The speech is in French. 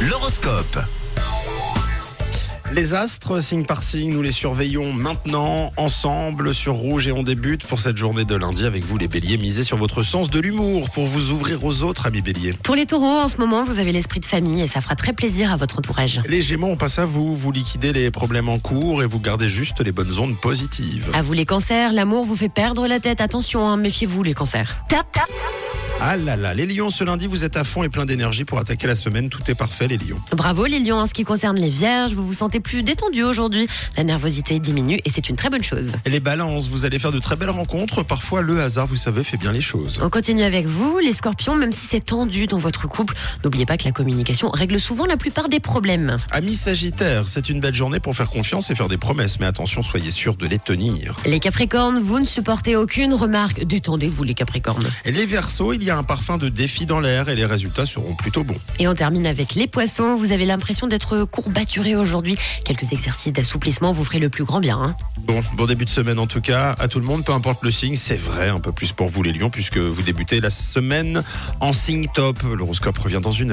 l'horoscope. Les astres, signe par signe, nous les surveillons maintenant ensemble sur Rouge et on débute pour cette journée de lundi avec vous les béliers. Misez sur votre sens de l'humour pour vous ouvrir aux autres, amis béliers. Pour les taureaux, en ce moment, vous avez l'esprit de famille et ça fera très plaisir à votre entourage. Les gémeaux, on passe à vous. Vous liquidez les problèmes en cours et vous gardez juste les bonnes ondes positives. À vous les cancers, l'amour vous fait perdre la tête. Attention, hein, méfiez-vous les cancers. Tap, tap. Ah là là, les lions, ce lundi, vous êtes à fond et plein d'énergie pour attaquer la semaine. Tout est parfait, les lions. Bravo les lions, en ce qui concerne les vierges, vous vous sentez plus détendu aujourd'hui. La nervosité diminue et c'est une très bonne chose. Les balances, vous allez faire de très belles rencontres. Parfois, le hasard, vous savez, fait bien les choses. On continue avec vous, les scorpions, même si c'est tendu dans votre couple, n'oubliez pas que la communication règle souvent la plupart des problèmes. Amis Sagittaire, c'est une belle journée pour faire confiance et faire des promesses, mais attention, soyez sûr de les tenir. Les capricornes, vous ne supportez aucune remarque. Détendez-vous les capricornes. Et les Verseaux, il y a un parfum de défi dans l'air et les résultats seront plutôt bons. Et on termine avec les poissons, vous avez l'impression d'être courbaturé aujourd'hui. Quelques exercices d'assouplissement vous feraient le plus grand bien. hein. Bon, bon début de semaine en tout cas, à tout le monde, peu importe le signe, c'est vrai, un peu plus pour vous les lions, puisque vous débutez la semaine en signe top. L'horoscope revient dans une heure.